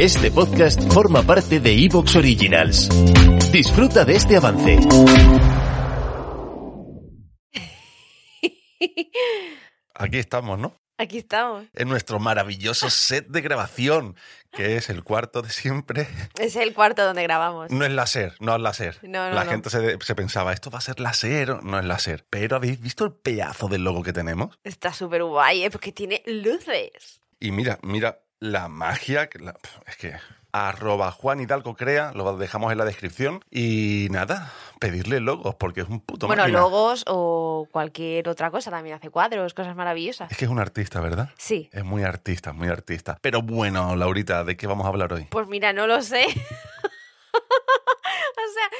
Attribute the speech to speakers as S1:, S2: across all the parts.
S1: Este podcast forma parte de Evox Originals. Disfruta de este avance.
S2: Aquí estamos, ¿no?
S3: Aquí estamos.
S2: En nuestro maravilloso set de grabación, que es el cuarto de siempre.
S3: Es el cuarto donde grabamos.
S2: No es láser, no es láser.
S3: No, no,
S2: La
S3: no.
S2: gente se, se pensaba, esto va a ser láser, no es láser. Pero habéis visto el pedazo del logo que tenemos.
S3: Está súper guay, ¿eh? Porque tiene luces.
S2: Y mira, mira la magia. que la- pf, es que arroba Juan Hidalgo Crea, lo dejamos en la descripción. Y nada, pedirle logos, porque es un puto
S3: bueno,
S2: máquina.
S3: logos o cualquier otra cosa. También hace cuadros, cosas maravillosas.
S2: Es que es un artista, ¿verdad?
S3: Sí.
S2: Es muy artista, muy artista. Pero bueno, Laurita, ¿de qué vamos a hablar hoy?
S3: Pues mira, no lo sé. o sea,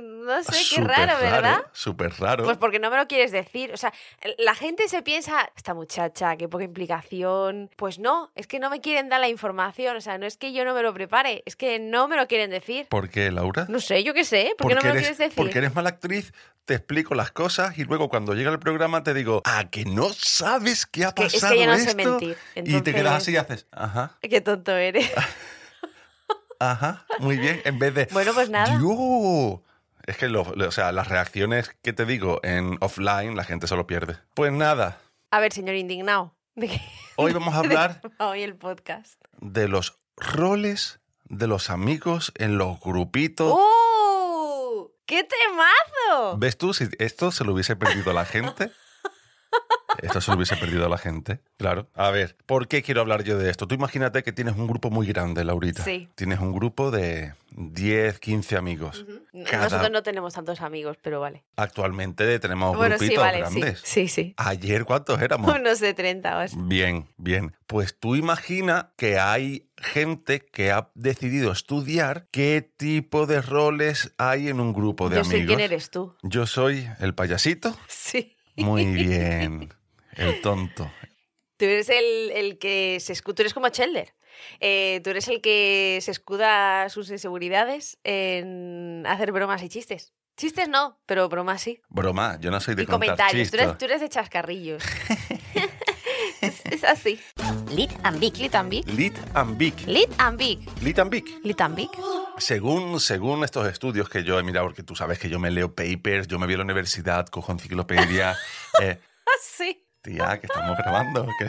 S3: no sé, qué
S2: Súper
S3: raro, ¿verdad?
S2: Súper raro.
S3: Pues porque no me lo quieres decir. O sea, la gente se piensa, esta muchacha, qué poca implicación. Pues no, es que no me quieren dar la información. O sea, no es que yo no me lo prepare, es que no me lo quieren decir.
S2: ¿Por qué, Laura?
S3: No sé, yo qué sé, ¿eh? ¿por qué no me lo
S2: eres,
S3: quieres decir?
S2: Porque eres mala actriz, te explico las cosas y luego cuando llega el programa te digo, ¿a que no sabes qué ha
S3: que- es que
S2: pasado
S3: ya no sé
S2: esto?
S3: mentir,
S2: Y te quedas
S3: entonces-
S2: así Ah, y haces, ajá,
S3: Qué tonto eres.
S2: ajá, muy bien, en vez de...
S3: Bueno, pues nada.
S2: "Yo". Es que lo- lo- o sea, las reacciones que te digo en offline, la gente se lo pierde. Pues nada,
S3: A ver, señor indignado. ¿De qué
S2: hoy vamos a hablar
S3: va hoy el podcast?
S2: de los roles de los amigos en los grupitos
S3: ¡Uh! ¡Qué temazo!
S2: ¿Ves tú si esto se lo hubiese perdido a la gente? Esto se lo hubiese perdido a la gente, claro. A ver, ¿por qué quiero hablar yo de esto? Tú imagínate que tienes un grupo muy grande, Laurita.
S3: Sí.
S2: Tienes un grupo de 10, 15 amigos.
S3: N-
S2: cada-
S3: Nosotros no tenemos tantos amigos, pero vale.
S2: Actualmente tenemos
S3: bueno,
S2: grupitos
S3: sí, vale, sí.
S2: grandes.
S3: Sí, sí.
S2: Ayer, ¿cuántos éramos?
S3: Unos de 30 o así.
S2: Bien, bien. Pues tú imagina que hay gente que ha decidido estudiar qué tipo de roles hay en un grupo de
S3: Yo
S2: amigos.
S3: sé quién eres tú.
S2: Yo soy el payasito.
S3: Sí.
S2: Muy bien. El tonto.
S3: Tú eres el, el que se escuda. Tú eres como Chelder. Eh, tú eres el que se escuda sus inseguridades en hacer bromas y chistes. Chistes no, pero bromas sí.
S2: Broma, yo no soy de
S3: y
S2: contar
S3: comentarios. Tú
S2: chistes.
S3: eres, tú eres de chascarrillos. es, es así.
S4: Lit and Big.
S3: Lit and Big.
S2: Lit and Big.
S3: Lit and Big.
S2: Lit and Big.
S3: Lit and Big.
S2: Según, según estos estudios que yo he mirado, porque tú sabes que yo me leo papers, yo me voy a la universidad, cojo enciclopedia. Eh,
S3: Sí.
S2: tía, que estamos grabando. que-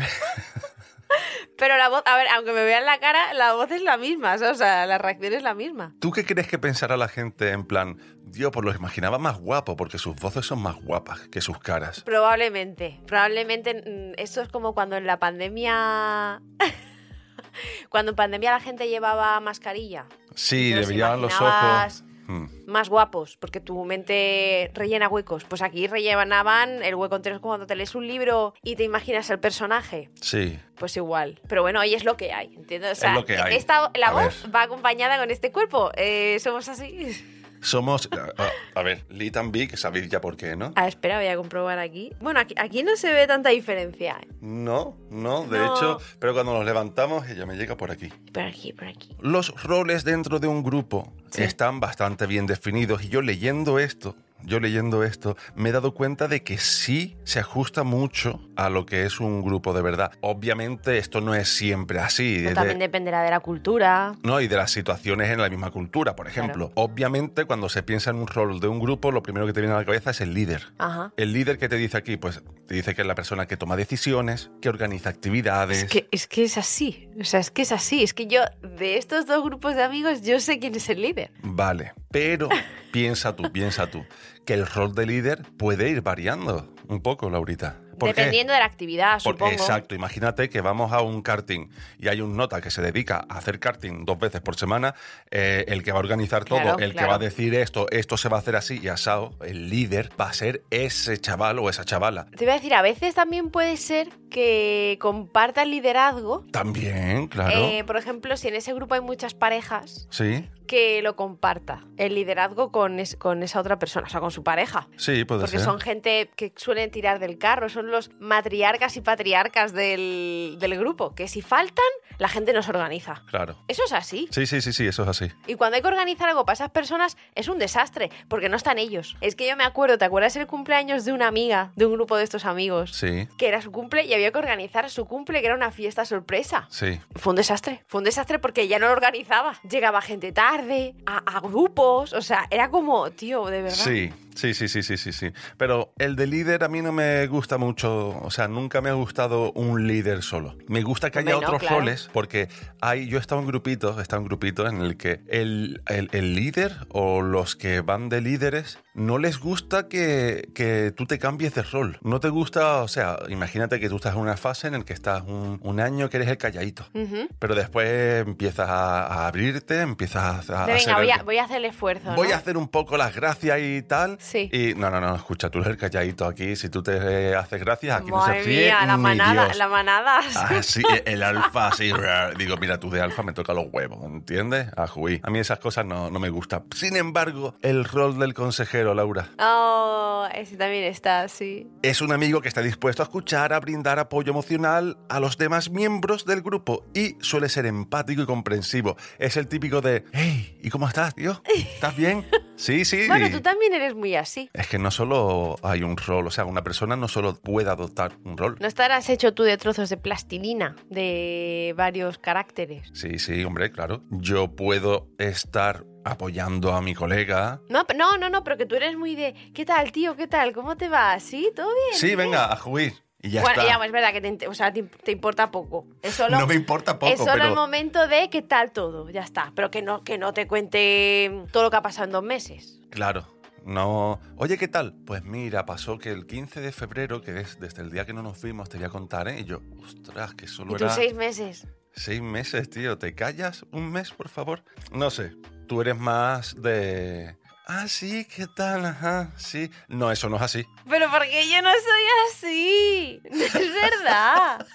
S3: Pero la voz, a ver, aunque me vean la cara, la voz es la misma, o sea, la reacción es la misma.
S2: ¿Tú qué crees que pensará la gente en plan, Dios, pues los imaginaba más guapos, porque sus voces son más guapas que sus caras?
S3: Probablemente, probablemente mm, esto es como cuando en la pandemia... cuando en pandemia la gente llevaba mascarilla.
S2: Sí,
S3: Te
S2: le
S3: los
S2: brillaban los
S3: imaginabas
S2: ojos. Mm.
S3: Más guapos, porque tu mente rellena huecos. Pues aquí rellenaban el hueco entre cuando te lees un libro y te imaginas el personaje.
S2: Sí,
S3: Pues igual. Pero bueno, hoy es lo que hay, ¿entiendes? O sea,
S2: lo que hay.
S3: esta- la
S2: A
S3: voz
S2: ver.
S3: va acompañada con este cuerpo. Eh, somos así.
S2: somos... a- A, a ver, Lit and Big, sabéis ya por qué, ¿no?
S3: Ah, espera, voy a comprobar aquí. Bueno, aquí, aquí no se ve tanta diferencia.
S2: No, no, de
S3: No.
S2: hecho, pero cuando nos levantamos ella me llega por aquí.
S3: Por aquí, por aquí.
S2: Los roles dentro de un grupo
S3: Sí.
S2: están bastante bien definidos y yo leyendo esto, yo leyendo esto, me he dado cuenta de que sí se ajusta mucho a lo que es un grupo de verdad. Obviamente esto no es siempre así.
S3: Pero
S2: de-
S3: también dependerá de la cultura.
S2: ¿no? y de las situaciones en la misma cultura, por ejemplo. Obviamente, cuando se piensa en un rol de un grupo, lo primero que te viene a la cabeza es el líder.
S3: Ajá.
S2: El líder que te dice aquí, pues te dice que es la persona que toma decisiones, que organiza actividades.
S3: Es que, es que es así. O sea, es que es así. Es que yo, de estos dos grupos de amigos, yo sé quién es el líder.
S2: Vale, pero piensa tú, piensa tú, que el rol de líder puede ir variando un poco, Laurita. ¿Por qué?
S3: Dependiendo de la actividad,
S2: Por-
S3: supongo.
S2: exacto, imagínate que vamos a un karting y hay un nota que se dedica a hacer karting dos veces por semana, eh, el que va a organizar todo,
S3: Claro,
S2: el que
S3: claro.
S2: va a decir esto, esto se va a hacer así y asado, el líder va a ser ese chaval o esa chavala.
S3: Te voy a decir, a veces también puede ser que comparta el liderazgo.
S2: También, claro.
S3: Eh, por ejemplo, si en ese grupo hay muchas parejas,
S2: sí,
S3: que lo comparta el liderazgo con, es- con esa otra persona, o sea, con su pareja.
S2: sí, puede
S3: Porque
S2: ser.
S3: son gente que suelen tirar del carro, son los matriarcas y patriarcas del, del grupo, que si faltan, la gente no se organiza.
S2: Claro.
S3: Eso es así.
S2: Sí, sí, sí, sí, eso es así.
S3: Y cuando hay que organizar algo para esas personas es un desastre, porque no están ellos. Es que yo me acuerdo, ¿te acuerdas el cumpleaños de una amiga, de un grupo de estos amigos?
S2: Sí.
S3: Que era su cumple y vio que organizar su cumple, que era una fiesta sorpresa.
S2: Sí.
S3: Fue un desastre. Fue un desastre porque ya no lo organizaba. Llegaba gente tarde, a, a grupos. O sea, era como, tío, de verdad.
S2: Sí, sí, sí, sí, sí, sí, sí. Pero el de líder a mí no me gusta mucho, o sea, nunca me ha gustado un líder solo. Me gusta que haya
S3: Hombre, no,
S2: otros
S3: claro.
S2: roles, porque hay, yo he estado en grupitos, he estado en grupitos en el que el, el- el líder o los que van de líderes no les gusta que, que tú te cambies de rol. No te gusta, o sea, imagínate que tú estás en una fase en el que estás un, un año que eres el calladito.
S3: Ujú.
S2: Pero después empiezas a, a abrirte, empiezas a, a
S3: De,
S2: hacer
S3: venga, voy
S2: el-
S3: a, voy a hacer el esfuerzo.
S2: Voy
S3: ¿no?
S2: a hacer un poco las gracias y tal.
S3: Sí.
S2: Y no, no, no, escucha, tú eres el calladito aquí. Si tú te eh, haces gracias, aquí no
S3: Madre
S2: se ríe
S3: mía, la
S2: ni
S3: manada,
S2: Dios.
S3: la manada.
S2: Ah, sí, el alfa, así. rar. Digo, mira, tú de alfa me toca los huevos, ¿entiendes? A A mí esas cosas no, no me gustan. Sin embargo, el rol del consejero, Laura,
S3: Oh, ese también está, sí.
S2: es un amigo que está dispuesto a escuchar, a brindar apoyo emocional a los demás miembros del grupo y suele ser empático y comprensivo. Es el típico de, hey, ¿y cómo estás, tío? ¿Estás bien? Sí, sí.
S3: Bueno, tú también eres muy así.
S2: Es que no solo hay un rol, o sea, una persona no solo puede adoptar un rol.
S3: ¿No estarás hecho tú de trozos de plastilina de varios caracteres?
S2: Sí, sí, hombre, claro. Yo puedo estar apoyando a mi colega.
S3: No, pe- no, no, no, pero que tú eres muy de, ¿qué tal, tío? ¿Qué tal? ¿Cómo te va? ¿Sí? ¿Todo bien?
S2: Sí, venga, a jugar. Y ya
S3: bueno,
S2: está.
S3: ya, pues, es verdad que te, int- o sea, te, imp- te importa poco. Es solo,
S2: no me importa poco,
S3: es solo el
S2: pero
S3: momento de qué tal todo, ya está. Pero que no, que no te cuente todo lo que ha pasado en dos meses.
S2: claro. No. Oye, ¿qué tal? Pues mira, pasó que el 15 de febrero, que es desde el día que no nos vimos, te voy a contar, ¿eh? Y yo, ostras, que solo
S3: Y tú
S2: era
S3: seis meses.
S2: seis meses, tío. ¿Te callas un mes, por favor? No sé. Tú eres más de. Ah, sí, ¿qué tal? Ajá, sí. No, eso no es así.
S3: Pero porque yo no soy así. No es verdad.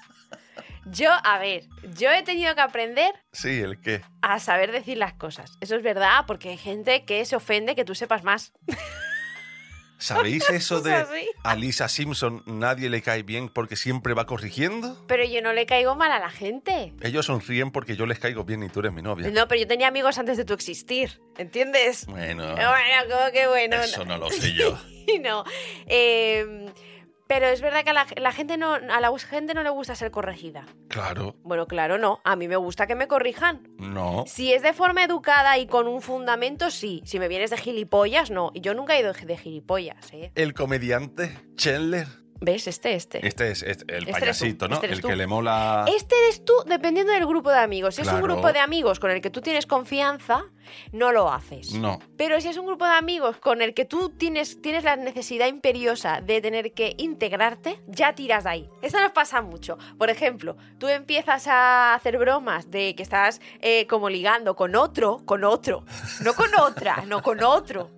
S3: Yo, a ver, yo he tenido que aprender
S2: Sí, ¿el qué?
S3: a saber decir las cosas. Eso es verdad, porque hay gente que se ofende que tú sepas más.
S2: ¿Sabéis eso
S3: Pues
S2: de
S3: así.
S2: a Lisa Simpson nadie le cae bien porque siempre va corrigiendo?
S3: Pero yo no le caigo mal a la gente.
S2: Ellos sonríen porque yo les caigo bien y tú eres mi novia.
S3: No, pero yo tenía amigos antes de tu existir, ¿entiendes?
S2: Bueno,
S3: Bueno, como que bueno.
S2: Ah. eso no lo sé yo.
S3: Y no. Eh, pero es verdad que a la, la gente no, a la gente no le gusta ser corregida.
S2: Claro,
S3: Bueno, claro, no. A mí me gusta que me corrijan.
S2: no.
S3: Si es de forma educada y con un fundamento, sí. Si me vienes de gilipollas, no. Y Yo nunca he ido de gilipollas, ¿eh?
S2: El comediante Chandler.
S3: ¿Ves? Este, este.
S2: Este es, es el
S3: Este eres
S2: payasito,
S3: tú,
S2: ¿no?
S3: este eres
S2: el
S3: tú.
S2: que le mola.
S3: Este eres tú dependiendo del grupo de amigos. Si es
S2: Claro.
S3: un grupo de amigos con el que tú tienes confianza, no lo haces.
S2: No.
S3: Pero si es un grupo de amigos con el que tú tienes, tienes la necesidad imperiosa de tener que integrarte, ya tiras de ahí. Eso nos pasa mucho. Por ejemplo, tú empiezas a hacer bromas de que estás eh, como ligando con otro, con otro, no con otra, no con otro.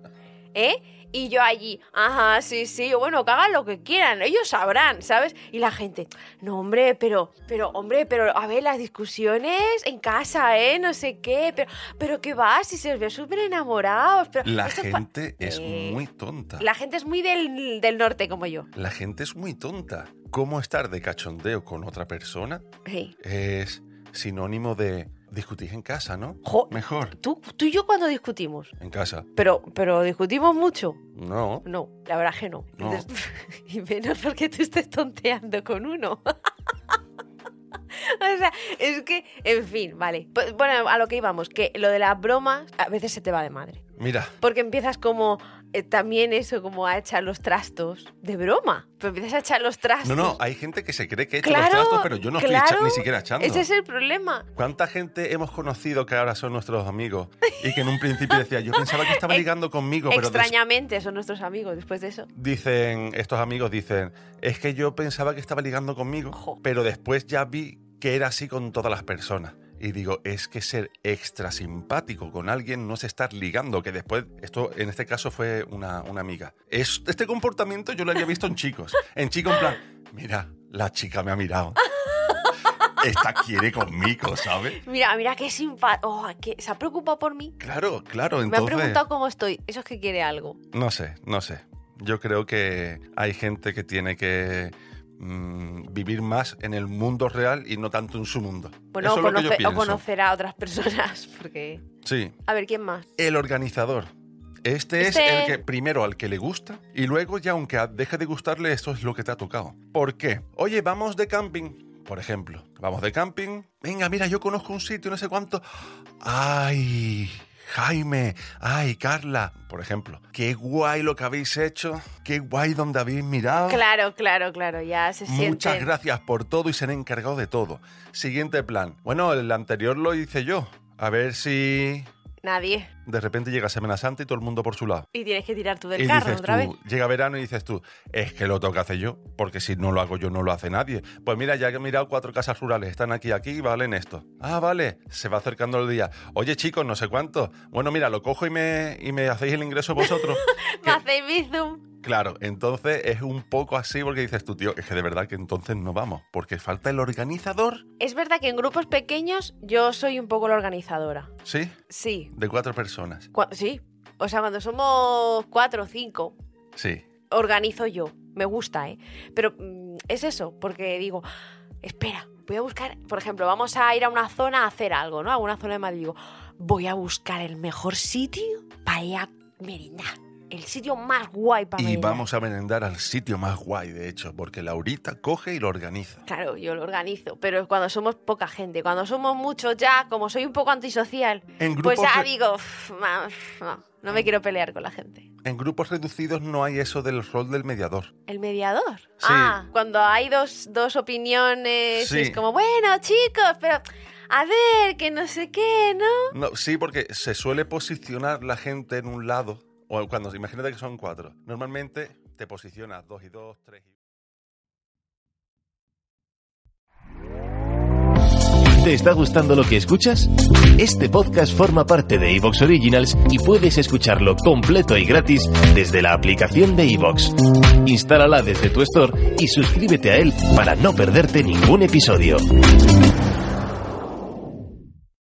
S3: ¿Eh? Y yo allí, ajá, sí, sí, bueno, que hagan lo que quieran, ellos sabrán, ¿sabes? Y la gente, no, hombre, pero, pero, hombre, pero, a ver, las discusiones en casa, ¿eh? No sé qué, pero, pero ¿qué va? Si se os ve súper enamorados, pero...
S2: La
S3: esto es pa-
S2: gente es
S3: Eh,
S2: muy tonta.
S3: La gente es muy del, del norte como yo.
S2: La gente es muy tonta. ¿Cómo estar de cachondeo con otra persona
S3: Sí.
S2: es sinónimo de discutir en casa, ¿no?
S3: Jo,
S2: Mejor,
S3: ¿tú, tú y yo cuando discutimos,
S2: en casa.
S3: pero, pero discutimos mucho.
S2: No.
S3: No, la verdad que no.
S2: No.
S3: Entonces, y menos porque tú estés tonteando con uno. o sea, es que, en fin, vale. Pues, Bueno, a lo que íbamos, que lo de las bromas a veces se te va de madre.
S2: Mira,
S3: Porque empiezas como eh, también eso, como a echar los trastos de broma. Pero empiezas a echar los trastos.
S2: no, no, hay gente que se cree que he hecho los
S3: Claro,
S2: trastos, pero yo no estoy echa-
S3: claro.
S2: ni siquiera echando.
S3: Ese es el problema.
S2: ¿Cuánta gente hemos conocido que ahora son nuestros amigos y que en un principio decía, yo pensaba que estaba
S3: Ex-
S2: ligando conmigo, pero des-
S3: Extrañamente son nuestros amigos después de eso.
S2: dicen, estos amigos dicen, es que yo pensaba que estaba ligando conmigo,
S3: Jo.
S2: pero después ya vi que era así con todas las personas. Y digo, es que ser extra simpático con alguien no es estar ligando, que después, esto en este caso fue una, una amiga. Es, este comportamiento yo lo había visto en chicos. En chicos, en plan, mira, la chica me ha mirado. Esta quiere conmigo, ¿sabes?
S3: Mira, mira qué simpático. Oh, que se ha preocupado por mí.
S2: Claro, claro,
S3: Me ha
S2: entonces...
S3: preguntado cómo estoy. Eso es que quiere algo.
S2: No sé, no sé. Yo creo que hay gente que tiene que mm, vivir más en el mundo real y no tanto en su mundo.
S3: Bueno,
S2: Eso
S3: pues o,
S2: es lo
S3: conoce-
S2: que yo
S3: o
S2: pienso.
S3: conocer a otras personas, porque...
S2: Sí.
S3: A ver, ¿quién más?
S2: El organizador.
S3: Este-
S2: Este, es el que primero al que le gusta y luego ya aunque a- deje de gustarle, esto es lo que te ha tocado. ¿Por qué? Oye, vamos de camping, por ejemplo. Vamos de camping. Venga, mira, yo conozco un sitio, no sé cuánto. Ay, Jaime, ay, Carla, por ejemplo. Qué guay lo que habéis hecho. Qué guay donde habéis mirado.
S3: Claro, claro, claro, ya se siente.
S2: Muchas gracias por todo y se han encargado de todo. Siguiente plan. Bueno, el anterior lo hice yo. A ver si
S3: Nadie.
S2: de repente llega Semana Santa y todo el mundo por su lado.
S3: Y tienes que tirar tú del
S2: Y
S3: carro
S2: dices
S3: otra vez.
S2: tú, llega verano y dices tú, es que lo tengo que hacer yo, porque si no lo hago yo no lo hace nadie. Pues mira, ya que he mirado cuatro casas rurales, están aquí, aquí y valen esto. Ah, vale, se va acercando el día. Oye chicos, no sé cuánto. Bueno, mira, lo cojo y me, y me hacéis el ingreso vosotros.
S3: Me hacéis bizum.
S2: Claro, entonces es un poco así porque dices tú, tío, es que de verdad que entonces no vamos, porque falta el organizador,
S3: Es verdad que en grupos pequeños yo soy un poco la organizadora.
S2: ¿sí?
S3: Sí.
S2: De cuatro personas,
S3: Cua- sí. O sea, cuando somos cuatro o cinco,
S2: sí.
S3: organizo yo. Me gusta, ¿eh? Pero mm, es eso, porque digo, espera, voy a buscar, por ejemplo, vamos a ir a una zona a hacer algo, ¿no? A una zona de Madrid. Digo, voy a buscar el mejor sitio para ir a merendar. El sitio más guay para
S2: Y
S3: merendar.
S2: vamos a merendar al sitio más guay, de hecho, porque Laurita coge y lo organiza.
S3: Claro, yo lo organizo, pero es cuando somos poca gente. Cuando somos muchos ya, como soy un poco antisocial,
S2: En
S3: pues ya
S2: grupos de-
S3: digo, "Uf, ma- no, no me quiero pelear con la gente.
S2: En grupos reducidos no hay eso del rol del mediador.
S3: El mediador.
S2: Sí.
S3: Ah, cuando hay dos, dos opiniones,
S2: Sí.
S3: es como, bueno, chicos, pero a ver, que no sé qué, ¿no?
S2: No, sí, porque se suele posicionar la gente en un lado. O cuando, imagínate que son cuatro. Normalmente te posicionas dos y dos, tres y...
S1: ¿Te está gustando lo que escuchas? Este podcast forma parte de Evox Originals y puedes escucharlo completo y gratis desde la aplicación de Evox. Instálala desde tu store y suscríbete a él para no perderte ningún episodio.